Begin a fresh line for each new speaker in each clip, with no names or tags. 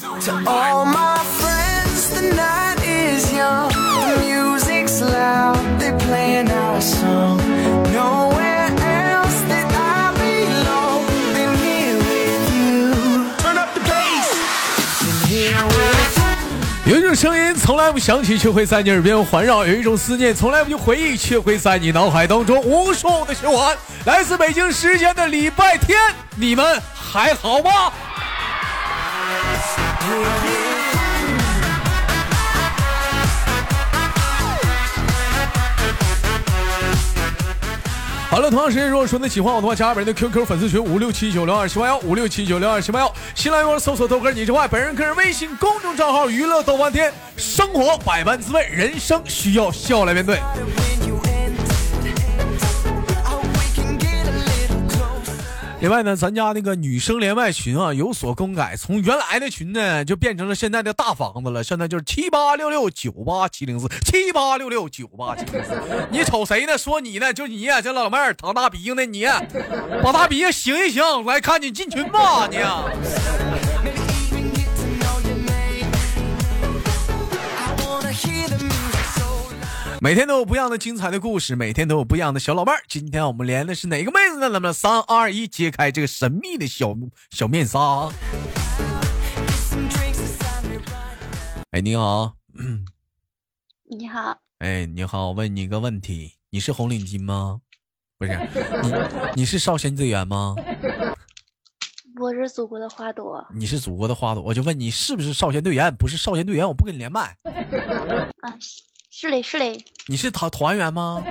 To all my friends, the night is young. The music's loud, they're playing our song. Nowhere else that I belong than here with you. Turn up the bass. Than here with you.
有一种声音从来不响起，却会在你耳边环绕；有一种思念从来不去回忆，却会在你脑海当中无数的循环。来自北京时间的礼拜天，你们还好吗？好了，同样时间，如果说你喜欢我的话，加本人的 QQ 粉丝群五六七九零二七八幺五六七九零二七八幺，新浪微博搜索豆哥你之外，本人个人微信公众账号娱乐豆翻天，生活百般滋味，人生需要笑来面对。
When you entered, I hope we can get a little close.
另外呢，咱家那个女生连麦群啊有所更改，从原来的群呢就变成了现在的大房子了，现在就是七八六六九八七零四七八六六九八七零四。你瞅谁呢？说你呢？就你呀、这老妹儿淌大鼻涕呢，你把大鼻涕醒一醒，来看你进群吧，你、啊
Maybe even get to know your name. I wanna hear the music so loud.
每天都有不一样的精彩的故事，每天都有不一样的小老伴儿。今天我们连的是哪个妹子呢？咱们三二一，揭开这个神秘的小小面纱。
Some drinks inside me right
哎，你好，
你好，
哎，你好，问你一个问题，你是红领巾吗？不是，你你是少先队员吗？
我是祖国的花朵啊
你是祖国的花朵，我就问你是不是少先队员？不是少先队员，我不跟你连麦。
啊，是是嘞是嘞，
你是团团员吗？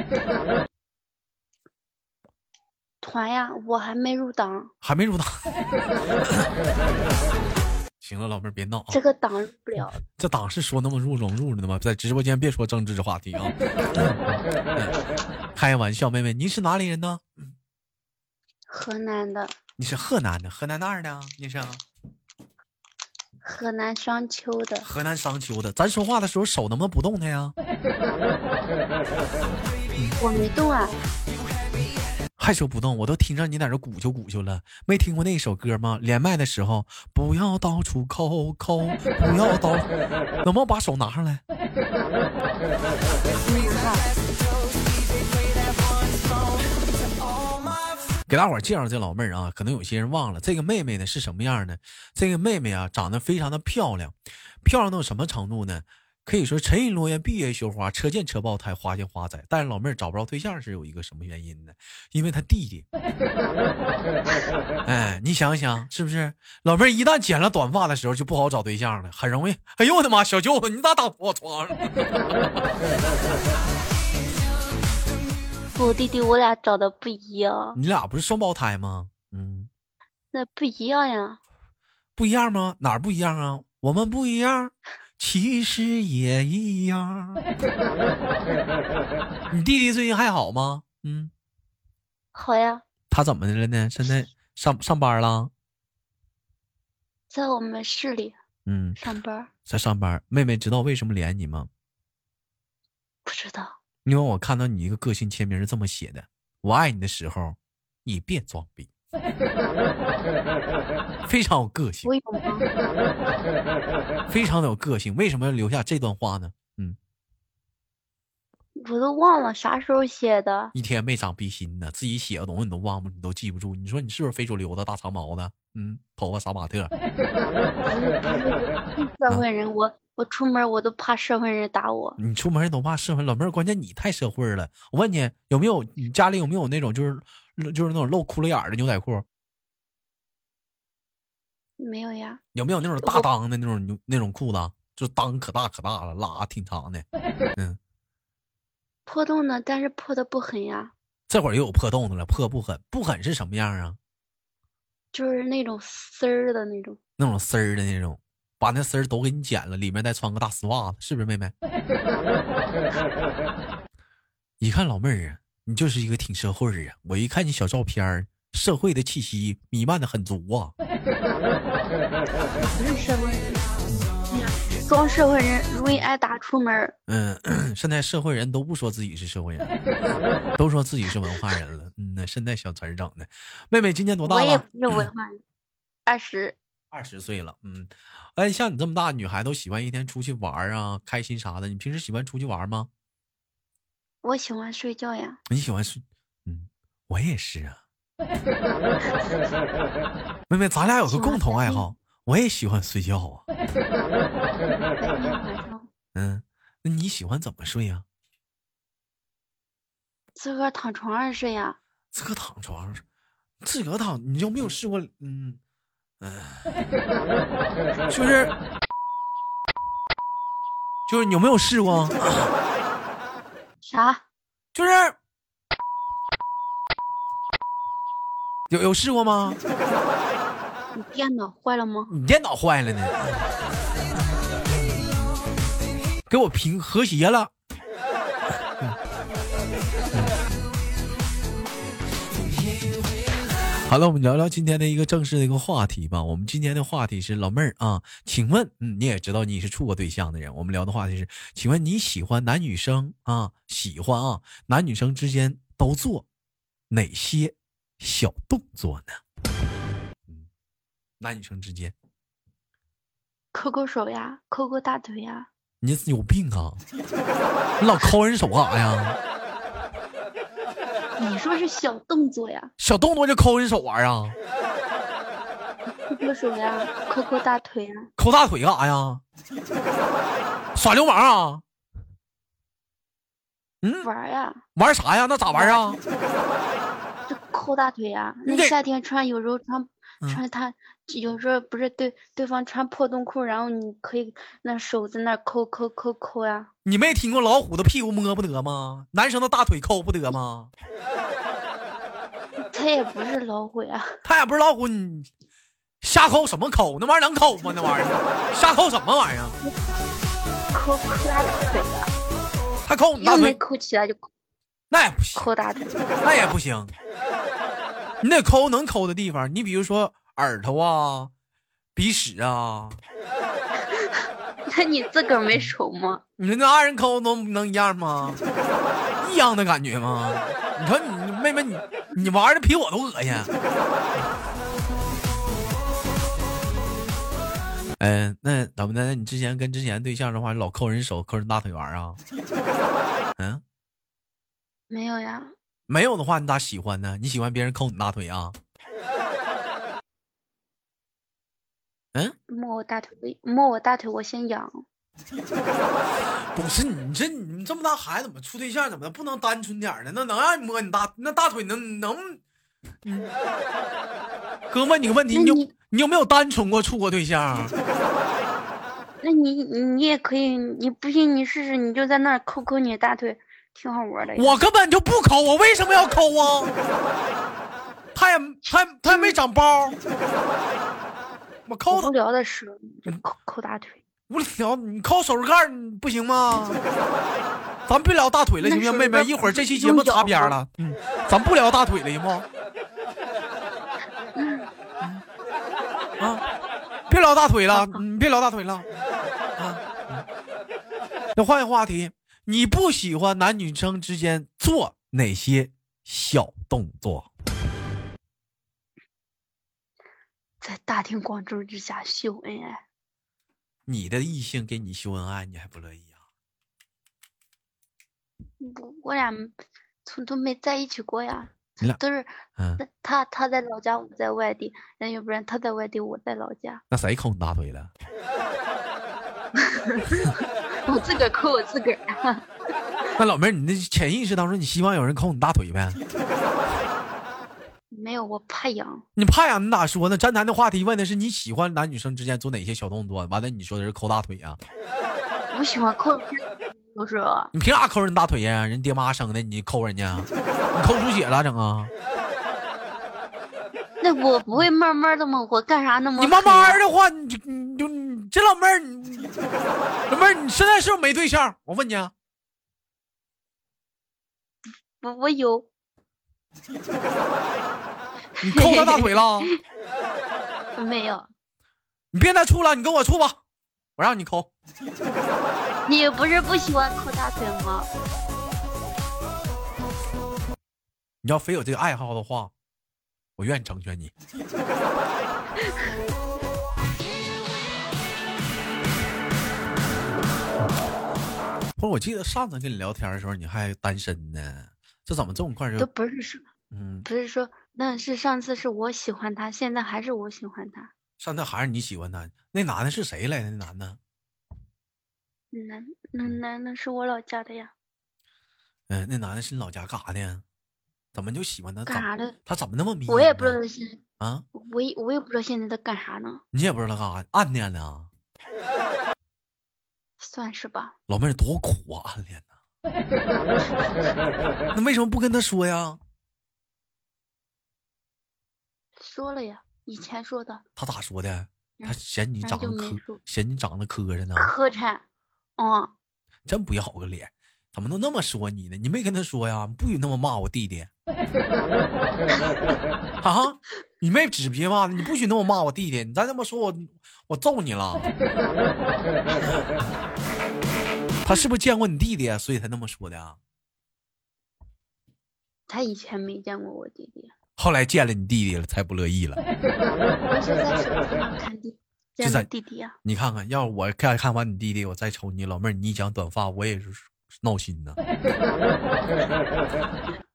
团呀，我还没入党，
还没入党。 行了，老妹儿别闹啊
这！个党入不了，
这党是说那么入融入的吗？在直播间别说政治这话题啊！ 开玩笑，妹妹，您是哪里人呢？
河南的，
你是河南的，河南哪儿的啊？你是啊
河南商丘的，
河南商丘的。咱说话的时候手能不能不动弹呀？
我没动啊，
还说不动，我都听着你在这鼓啾鼓啾了。没听过那首歌吗？连麦的时候，不要到处抠抠，不要到，能不能把手拿上来？给大伙儿介绍这老妹儿啊，可能有些人忘了这个妹妹呢是什么样的。这个妹妹啊，长得非常的漂亮，漂亮到什么程度呢？可以说沉鱼落雁、闭月羞花，车见车爆胎，花见花栽。但是老妹儿找不着对象是有一个什么原因呢？因为她弟弟。哎，你想想是不是？老妹儿一旦剪了短发的时候就不好找对象了，很容易。哎呦我的妈，小舅子，你咋打我床上了？
我弟弟我俩长得不一样，
你俩不是双胞胎吗？嗯，
那不一样呀，
不一样吗？哪儿不一样啊？我们不一样，其实也一样。你弟弟最近还好吗？嗯，
好呀，
他怎么的了呢？现在上上班了？
在我们市里
嗯，
上班儿，
在上班。妹妹知道为什么连你吗？
不知道，
因为我看到你一个个性签名是这么写的：“我爱你的时候，你别装逼。”非常有个性
我，有吗？
非常的有个性。为什么要留下这段话呢？嗯，
我都忘了啥时候写的，
一天没长逼心呢，自己写的东西你都忘不，你都记不住。你说你是不是非主流的大长毛的？嗯，头发杀马特。
社会人，我我出门我都怕社会人打我，
你出门都怕社会，老妹儿，关键你太社会了。我问你，有没有你家里有没有那种就是就是那种露窟窿眼儿的牛仔裤？
没有呀，
有没有那种大裆的那种牛那种裤子啊？就是裆可大可大了，拉挺长的。嗯，
破洞呢，但是破的不狠呀。
这会儿又有破洞的了，破不狠，不狠是什么样啊？
就是那种丝儿的那种，
那种丝儿的那种，把那丝儿都给你剪了，里面再穿个大丝袜子，是不是妹妹？ 你看老妹儿啊，你就是一个挺社会儿啊。我一看你小照片儿，社会的气息弥漫的很足啊。
不是社会人。哎呀，装社会人容易挨打，出门儿
嗯， 现在社会人都不说自己是社会人，都说自己是文化人了。嗯呐，现在小词儿整的，妹妹今年多大
我也
了？
不是文化人，二十
二十岁了，嗯，哎，像你这么大女孩都喜欢一天出去玩儿啊，开心啥的。你平时喜欢出去玩儿吗？
我喜欢睡觉 呀，
你喜欢睡？嗯，我也是啊。妹妹，咱俩有个共同爱好，我也喜欢睡觉啊。
白天晚上
嗯，那你喜欢怎么睡啊呀、
自个儿躺床上睡呀。
自个躺床上，自个躺，你有没有试过？嗯，嗯，就是 就是，你有没有试过？啊
啥？
就是有有试过吗？
你电脑坏了吗？
你电脑坏了呢？给我平和谐了。好了，我们聊聊今天的一个正式的一个话题吧。我们今天的话题是老妹儿啊，请问，嗯，你也知道你是处过对象的人，我们聊的话题是，请问你喜欢男女生啊，喜欢啊，男女生之间都做哪些小动作呢？嗯，男女生之间，
抠抠手呀，抠抠大腿呀。
你有病啊！你老抠人手干啥呀？
你说是小动作呀，
小动作就抠人手玩儿啊？
抠抠手呀，抠抠大腿呀。
抠大腿干啥呀？耍流氓啊？
玩儿呀，
玩啥呀？那咋玩啊？
这抠大腿呀。
你
那
得
夏天穿，有时候穿
嗯
穿他，有时候不是对对方穿破洞裤，然后你可以那手在那儿抠抠抠抠呀。
你没听过老虎的屁股摸不得吗？男生的大腿抠不得吗？
他也不是老虎呀，
他也不是老虎，你瞎抠什么抠？那玩意儿能抠吗？那玩意儿瞎抠什么玩意儿？啊
抠抠大腿呀，
他抠你大
又没
腿，
抠起来就抠
那也不行，
抠大腿。
那也不行。你得抠能抠的地方，你比如说耳朵啊、鼻屎啊，
那你自个儿没手吗？
你说那二人抠能能一样吗？ 一样的感觉吗？你说你妹妹你你玩的比我都恶心。嗯、那怎么的？那你之前跟之前对象的话，老抠人手、抠人大腿玩 啊？嗯，
没有呀，
没有的话，你咋喜欢呢？你喜欢别人抠你大腿啊？嗯，
摸我大腿，摸我大腿，我先痒。
不是你这你这么大孩子怎么处对象怎么不能单纯点儿呢？那能让你摸你大那大腿能能？嗯 哥问你个问题，
那
你有
你
你有没有单纯过处过对象？啊
那你你你也可以，你不信你试试，你就在那儿抠抠你的大腿，挺好玩的呀。
我根本就不抠，我为什么要抠啊？他也他他也没长包，我抠他
无聊的时候你就抠抠大腿，
无聊，你抠手指盖儿你不行吗？咱别聊大腿了，
那
行不行？妹
手指
妹，
盖儿
一会儿这期
不
节目
用咬
擦边
吗
了，嗯，咱不聊大腿了，行不？嗯啊，别聊大腿了，嗯，别聊大腿了，啊，嗯那换一个话题，你不喜欢男女生之间做哪些小动作？
在大庭广众之下哎秀恩爱，
你的异性给你秀恩爱，你还不乐意啊？
我我俩从都没在一起过呀
你俩，
都是
嗯，
他他他在老家，我在外地，那要不然他在外地，我在老家，
那谁抠你大腿了？
我自个儿抠我自个儿。
那老妹儿，你那潜意识当中，你希望有人抠你大腿呗？
没有，我怕痒，
你怕呀？你咋说呢？咱谈的话题问的是你喜欢男女生之间做哪些小动作？完了，你说的是抠大腿啊？
我喜欢抠人家的有时候。
你凭啥抠人大腿呀、人爹妈生的，你抠人家，啊你抠出血咋整啊？
那我不会慢慢的吗？我干啥那么
你慢慢
狠
儿
呀
的话，你就你就你这老妹儿，你老妹儿，你现在是不是没对象？我问你啊，
我我有
你抠他大腿了？
没有？
你别再处了，你跟我处吧，我让你抠。
你不是不喜欢抠大腿吗？
你要非有这个爱好的话，我愿意成全你。 不是，我记得上次跟你聊天的时候你还单身呢，这怎么这么快
都
就
不是说
嗯？
不是说，那是上次是我喜欢他，现在还是我喜欢他。
上次还是你喜欢他？那男的是谁来的？那男的，
那那那那是我老家的呀，
嗯、那男的是你老家干啥的呀？怎么就喜欢他？
干啥的？
他怎么那么迷人呢？
我也不知道他是，
啊，
我也我也不知道现在他干啥呢，
你也不知道干啥，暗恋啊呢？
算是吧。
老妹儿多苦啊， 暗恋呢。那为什么不跟他说呀？
说了呀，以前说的
他咋说的？
嗯
他嫌你
那
长得
就没
磕
说，
嫌你长得磕碜呢，
磕碜，嗯，
真不要个脸，怎么能那么说你呢？你没跟他说呀？不许那么骂我弟弟。 啊！你没指别骂，你不许那么骂我弟弟，你再这么说我，我揍你了。 他是不是见过你弟弟啊，所以才那么说的啊？
他以前没见过我弟弟，
后来见了你弟弟了，才不乐意了。
我是在手机上看弟见
在
的啊弟弟呀、
你看看，要是我看看完你弟弟，我再瞅你老妹儿，你一讲短发，我也是闹心呐。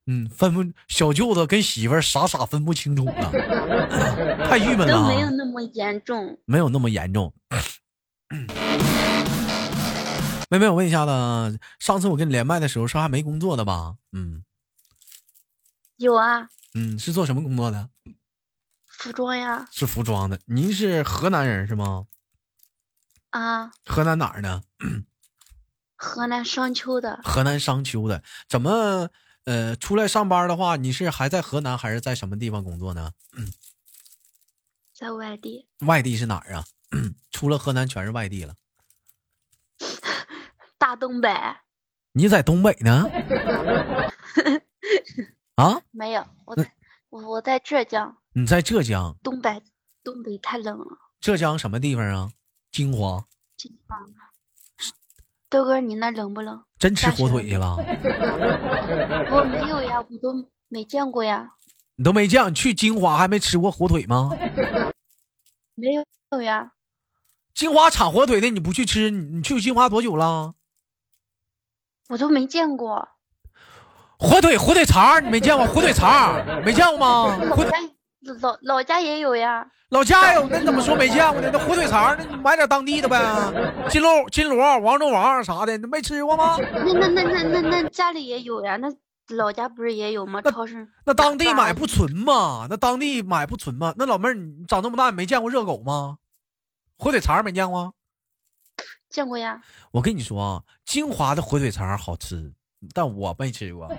嗯，分不小舅子跟媳妇儿傻傻分不清楚了， 太郁闷了
都
啊。
没有那么严重。
没有那么严重。妹妹，我问一下子，上次我跟你连麦的时候是还没工作的吧？嗯
有啊，
嗯，是做什么工作的？
服装呀，
是服装的。您是河南人是吗？
啊，
河南哪儿呢？
河南商丘的，
河南商丘的。怎么呃，出来上班的话，你是还在河南还是在什么地方工作呢？
在外地，
外地是哪儿啊？ 除了河南全是外地了。
大东北
你在东北呢？啊，
没有，我在我我在浙江，
你在浙江？
东北东北太冷了。
浙江什么地方啊？金华。
这地方，豆哥，你那冷不冷？
真吃火腿去了？
我没有呀，我都没见过呀，
你都没见，你去金华还没吃过火腿吗？
没有呀，
金华产火腿的你不去吃，你你去金华多久了？
我都没见过。
火腿火腿肠儿你没见过？火腿肠儿没见过吗？
老
火腿
家老老家也有呀，
老家有，那你怎么说没见过呢？那火腿肠儿，那你买点当地的呗，金鹿、金锣、王中王啥的，你没吃过吗？
那那那那那那家里也有呀，那老家不是也有吗？
那
超市
那当地买不纯吗？那当地买不纯吗？那老妹儿，你长这么大你没见过热狗吗？火腿肠儿没见过？
见过呀，
我跟你说啊，金华的火腿肠好吃，但我没吃过。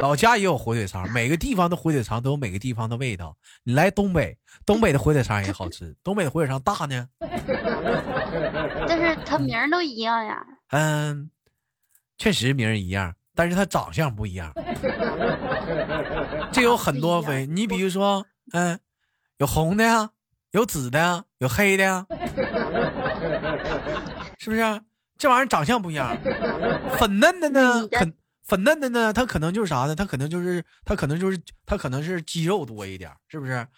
老家也有火腿肠，每个地方的火腿肠都有每个地方的味道。你来东北，东北的火腿肠也好吃，东北的火腿肠大呢。
但是它名儿都一样呀。
嗯，确实名儿一样，但是它长相不一样。这有很多
不一
分，
样
你比如说，嗯，有红的呀，有紫的呀，有黑的呀，是不是？这玩意儿长相不一样，粉嫩的呢
你，的
肯粉嫩的呢，它可能就是啥呢？它可能就是它可能就是它可能是鸡肉多一点儿，是不是？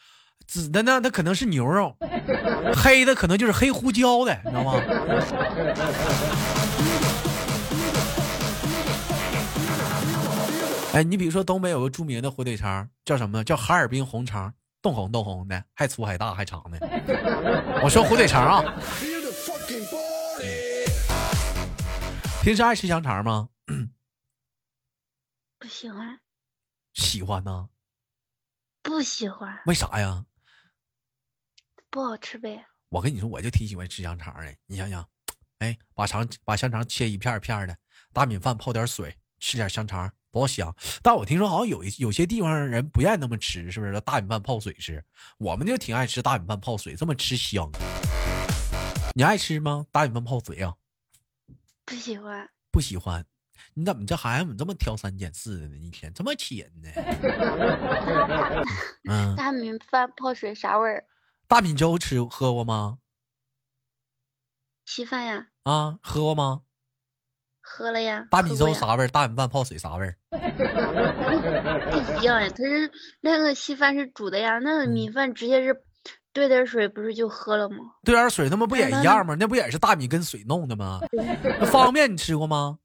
紫的呢，它可能是牛肉，黑的可能就是黑胡椒的，你知道吗？ 哎，你比如说东北有个著名的火腿肠，叫什么呢？叫哈尔滨红肠，冻红冻红的，还粗还大还长的。我说火腿肠啊，平时爱吃香肠吗？
不喜欢，
喜欢呐，
不喜欢，
为啥呀？
不好吃呗。
我跟你说，我就挺喜欢吃香肠的。你想想，哎，把肠把香肠切一片儿一片儿的，大米饭泡点水，吃点香肠，多香！但我听说好像有一有些地方人不愿意那么吃，是不是？大米饭泡水吃，我们就挺爱吃大米饭泡水，这么吃香。你爱吃吗？大米饭泡水啊？
不喜欢，
不喜欢。你怎么这孩子怎么这么挑三拣四的呢？一天这么气人呢？ 嗯，
大米饭泡水啥味儿？
大米粥吃喝过吗？
稀饭呀，
啊，喝过吗？
喝了呀。
大
喝
米
过
粥
呀？
啥味儿？大米饭泡水啥味儿？
不一样呀，它是那个稀饭是煮的呀，那个
嗯
米饭直接是兑点水，不是就喝了吗？嗯
兑点水，他妈不也一样吗？那不也是大米跟水弄的吗？那方便你吃过吗？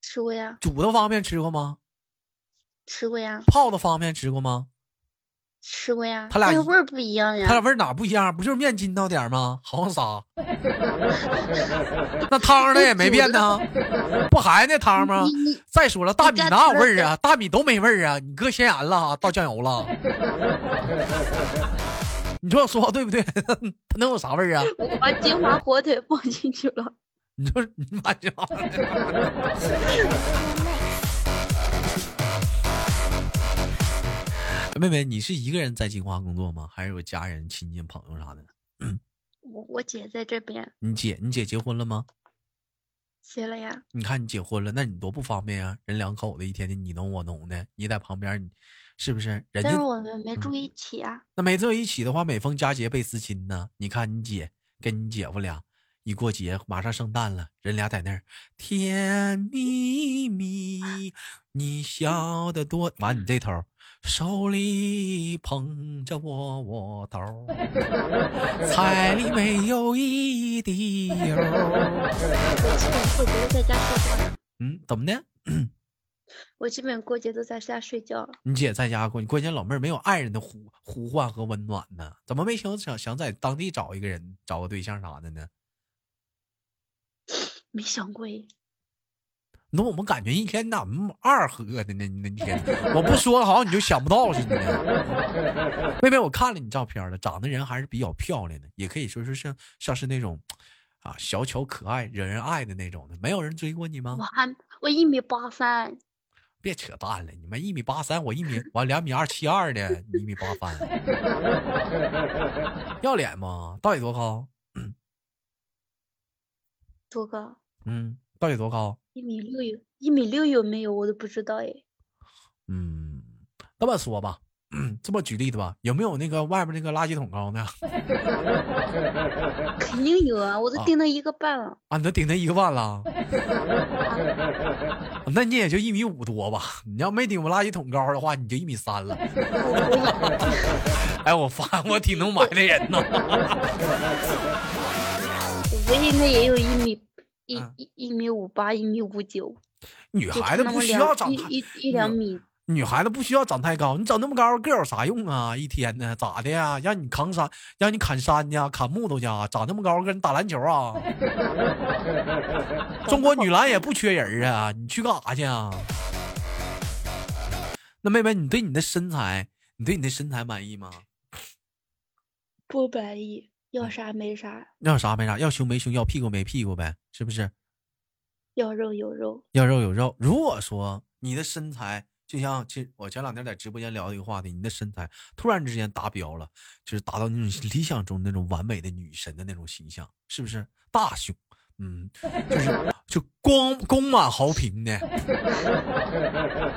吃过呀，
煮的方便吃过吗？
吃过呀，
泡的方便吃过吗？
吃过呀，
他俩
那个
一
味儿不一样
它俩
呀。
味儿哪不一样？不就是面筋道点儿吗？好像仨。那汤的也没变 呢，不还那汤吗
你你？
再说了，大米
你家
哪有
除了
味儿啊？大米都没味儿啊！你搁咸盐了，倒酱油 了。你说我说对不对？ 它能有啥味儿啊？
我把金华火腿放进去了，
你说你妈这玩意儿妹妹，你是一个人在金华工作吗？还是有家人、亲戚、朋友啥的？
我我姐在这边
你姐，你姐结婚了吗？
结了呀，
你看你结婚了，那你多不方便啊！人两口子一天天你侬我侬的，你在旁边，你是不是？人
但
家
是我们没住一起啊。
那每次一起的话，每逢佳节倍思亲呢。你看你姐跟你姐夫俩一过节，马上圣诞了，人俩在那儿甜蜜蜜，你笑得多。完，你这头儿手里捧着窝窝头儿，菜里没有一滴油儿。
过节在家睡觉，
嗯，怎么的？
我基本过节都在家睡觉。
你姐在家过，你关键老妹儿没有爱人的呼呼唤和温暖呢，怎么没想想想在当地找一个人，找个对象啥的呢？
没想过耶，
那我们感觉一天咋么二喝的呢？那天我不说了，好像你就想不到似的呢。 妹妹，我看了你照片了，长得人还是比较漂亮的，也可以说是像像是那种啊小巧可爱、惹人爱的那种的。没有人追过你吗
我？还我一米八三，
别扯淡了，你们一米八三，我一米完两米二七二的，你一米八三，要脸吗？到底多高？
多高？
嗯，到底多高？
一米六有，一米六有没有我都不知道哎。
嗯，这么说吧， 这么举例子吧，有没有那个外边那个垃圾桶高呢？
肯定有啊，我都
啊
盯到一个半了。
啊，你都顶他一个半了，那你也就一米五多吧。你要没顶过垃圾桶高的话，你就一米三了。 哎，我发，我挺能埋汰人呐。
我应该也有一米一
啊
一一米五八，一米五九，
女
也就
孩子
那
不
么
需
两
要长嗯
一
太，
一一两米。
女孩子不需要长太高，你长那么高个儿有啥用啊？一天呢，咋的呀？让你扛山，让你砍山去啊，砍木头去啊？长那么高个儿，你打篮球啊？ 中国女篮也不缺人啊，你去干啥去啊？那妹妹，你对你的身材，你对你的身材满意吗？
不满意，要
嗯
啥没啥，
要啥没啥，要胸没胸，要屁股没屁股呗，是不是？
要肉有肉。
要肉有肉。如果说你的身材，就像其实我前两天在直播间聊的一个话题，你的身材突然之间达标了，就是达到那种理想中那种完美的女神的那种形象，是不是？大胸，嗯，就是就光光满豪平的，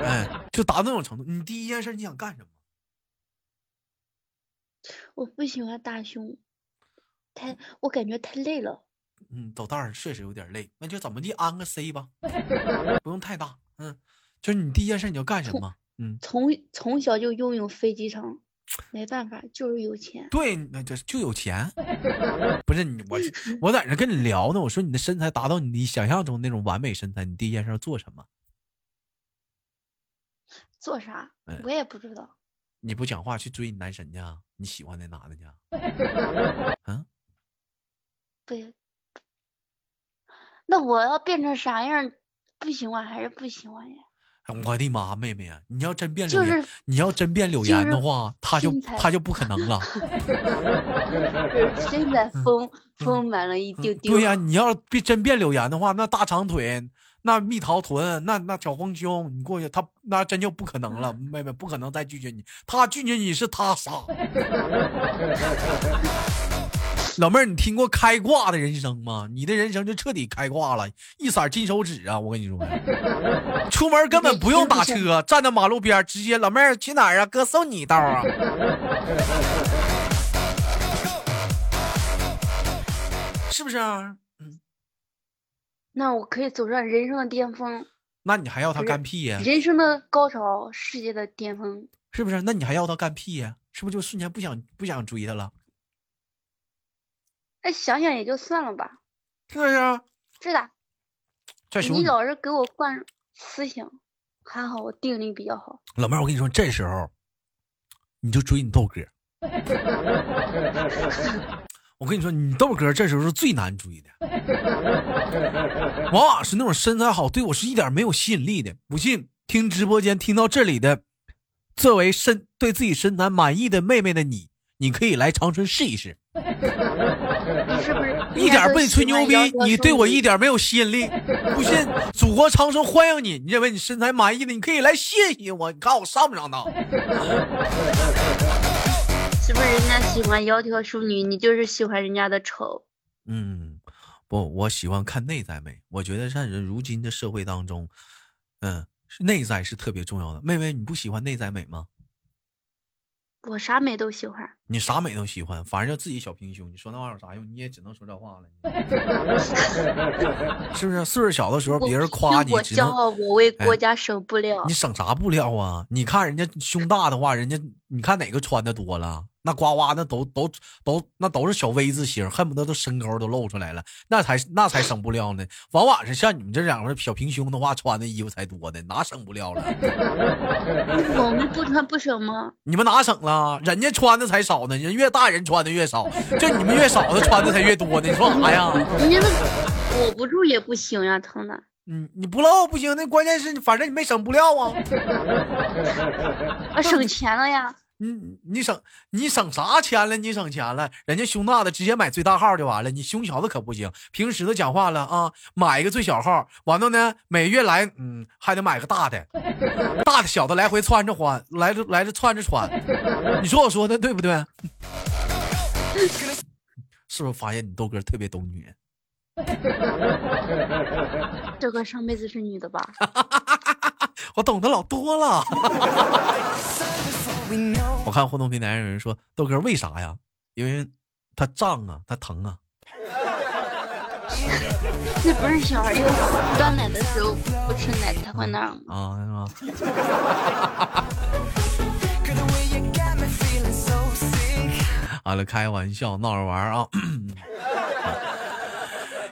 哎，就达到那种程度。你第一件事你想干什么？
我不喜欢大胸，太我感觉太累了。
嗯，走道儿确实有点累，那就怎么地安个 C 吧， 不用太大，嗯，就是你第一件事你要干什么？嗯，
从从小就拥有飞机场，没办法，就是有钱。
对，那就是就有钱，不是你我我在这跟你聊呢，我说你的身材达到你想象中那种完美身材，你第一件事要做什么？
做啥
哎？
我也不知道。
你不讲话去追你男神去啊？你喜欢的男的去啊？
不，那我要变成啥样？不喜欢还是不喜欢呀？
哎我的妈，妹妹啊！你要真变柳
就
岩，
是
你要真变柳
就
岩
是
的话，他就
身材
他就不可能了。
就是身材丰丰满了一 丢
嗯
丢。
对呀、你要变真变柳岩的话，那大长腿，那蜜桃臀，那那小丰胸，你过去他那真就不可 能了，妹妹不可能再拒绝你，他拒绝你是他傻。老妹儿，你听过开挂的人生吗？你的人生就彻底开挂了，一色金手指啊！我跟你说，出门根本不用打车，站在马路边儿直接，老妹儿去哪儿啊？哥送你一道啊！ 是不是啊？
那我可以走上人生的巅峰，
那你还要他干屁哎呀、
人生的高潮，世界的巅峰。
是不是？那你还要他干屁呀、是不是就瞬间不想不想追他了？
那哎想想也就算了吧。
是不是？啊
是的，
再说
你老是给我灌思想还好，我定力比较好。
老妹儿，我跟你说，这时候你就追你豆哥。我跟你说，你豆哥这时候是最难追的，往往是那种身材好、对我是一点没有吸引力的。不信，听直播间听到这里的，作为身对自己身材满意的妹妹的你，你可以来长春试一试。
你是不是
哎一点不你吹牛逼，你对我一点没有吸引力。不信，祖国长春欢迎你。你认为你身材满意的，你可以来谢谢我。你看我上不上当？
是不是人家喜欢窈窕淑女，你就是喜欢人家的丑？
嗯，不，我喜欢看内在美。我觉得在人如今的社会当中，嗯，是内在是特别重要的。妹妹，你不喜欢内在美吗？
我啥美都喜欢，
你啥美都喜欢，反正就自己小平胸，你说那玩意儿有啥用？你也只能说这话了， 是不是？岁数小的时候，
我
别人夸你
我，
只
骄
能
傲，我为
哎
国家省不了。
你省啥布料啊？你看人家胸大的话，人家你看哪个穿的多了？那呱呱那都都都那都是小 V 字形，恨不得都身高都露出来了，那才那才省布料呢。往往是像你们这两个小平胸的话，穿的衣服才多呢，哪省布料了？
我们不穿不省吗？
你们哪省了？人家穿的才少呢，人越大人穿的越少，就你们越少的穿的才越多呢。你说啥呀？
人家那裹不住也不行呀，疼的。
嗯，你不露不行，那关键是反正你没省布料啊。
啊，省钱了呀！
你你省你省啥钱了？你省钱了？人家胸大的直接买最大号就完了，你胸小的可不行。平时都讲话了啊，买一个最小号，完了呢，每月来嗯还得买个大的，大的小的来回窜着换，来着来着窜着穿。你说我说的对不对？ 是不是发现你豆哥特别懂女人？
这个上辈子是女的吧？
我懂得老多了。
We know
我看互动平台上有人说豆哥为啥呀？因为他胀啊，他疼啊。
那不是小孩，因为断奶的时候不吃奶才会那样。
啊，是吗？
Girl, the way you got me feeling so sick
完了，啊开玩笑，闹着玩儿啊。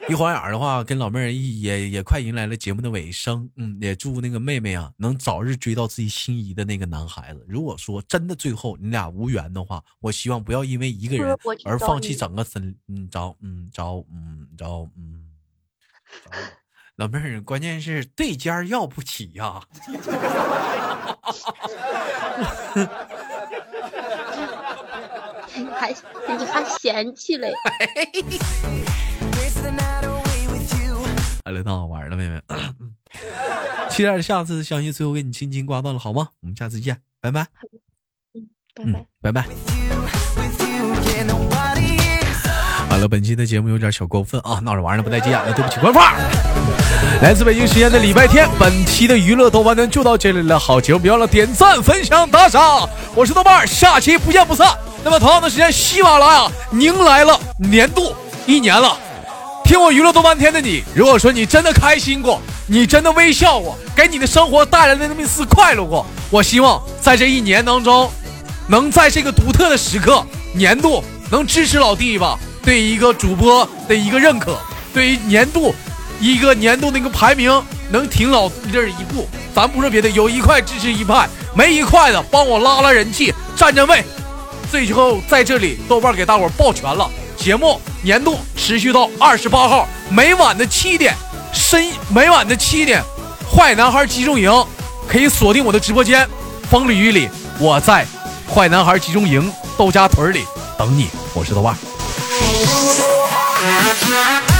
一晃眼儿的话，跟老妹儿一也也快迎来了节目的尾声，嗯，也祝那个妹妹啊能早日追到自己心仪的那个男孩子。如果说真的最后你俩无缘的话，我希望不要因为一个
不是
人
我去
而
找
放弃
你
整个森，嗯，找嗯找嗯找嗯找老妹儿，关键是对尖儿要不起呀、
你哎还你还嫌弃嘞？
Waste the night away with you
哎，来，当好玩了，妹 妹。期待着下次相信最后给你轻轻挂断了，好吗？我们下次见，拜拜。
拜拜
嗯。，拜拜。
with you with you yeah nobody is
好了，本期的节目有点小过分啊，闹着玩呢，不带急眼的，对不起官方。来自北京时间的礼拜天，本期的娱乐豆瓣呢就到这里了。好节目，别忘了点赞、分享、打赏。我是豆瓣儿，下期不见不散。那么同样的时间，喜马拉雅迎啊来了年度一年了。听我娱乐豆半天的你，如果说你真的开心过，你真的微笑过，给你的生活带来了那么一丝快乐过，我希望在这一年当中，能在这个独特的时刻、年度，能支持老弟吧，对一个主播的一个认可，对于年度一个年度那个排名，能挺老弟儿一步。咱不说别的，有一块支持一派，没一块的帮我拉拉人气，站站位，最后在这里，豆瓣给大伙儿抱全了。节目年度持续到二十八号，每晚的七点，深每晚的七点，坏男孩集中营可以锁定我的直播间，风里雨里，我在坏男孩集中营窦家屯里等你。我是豆瓣。
Thank you.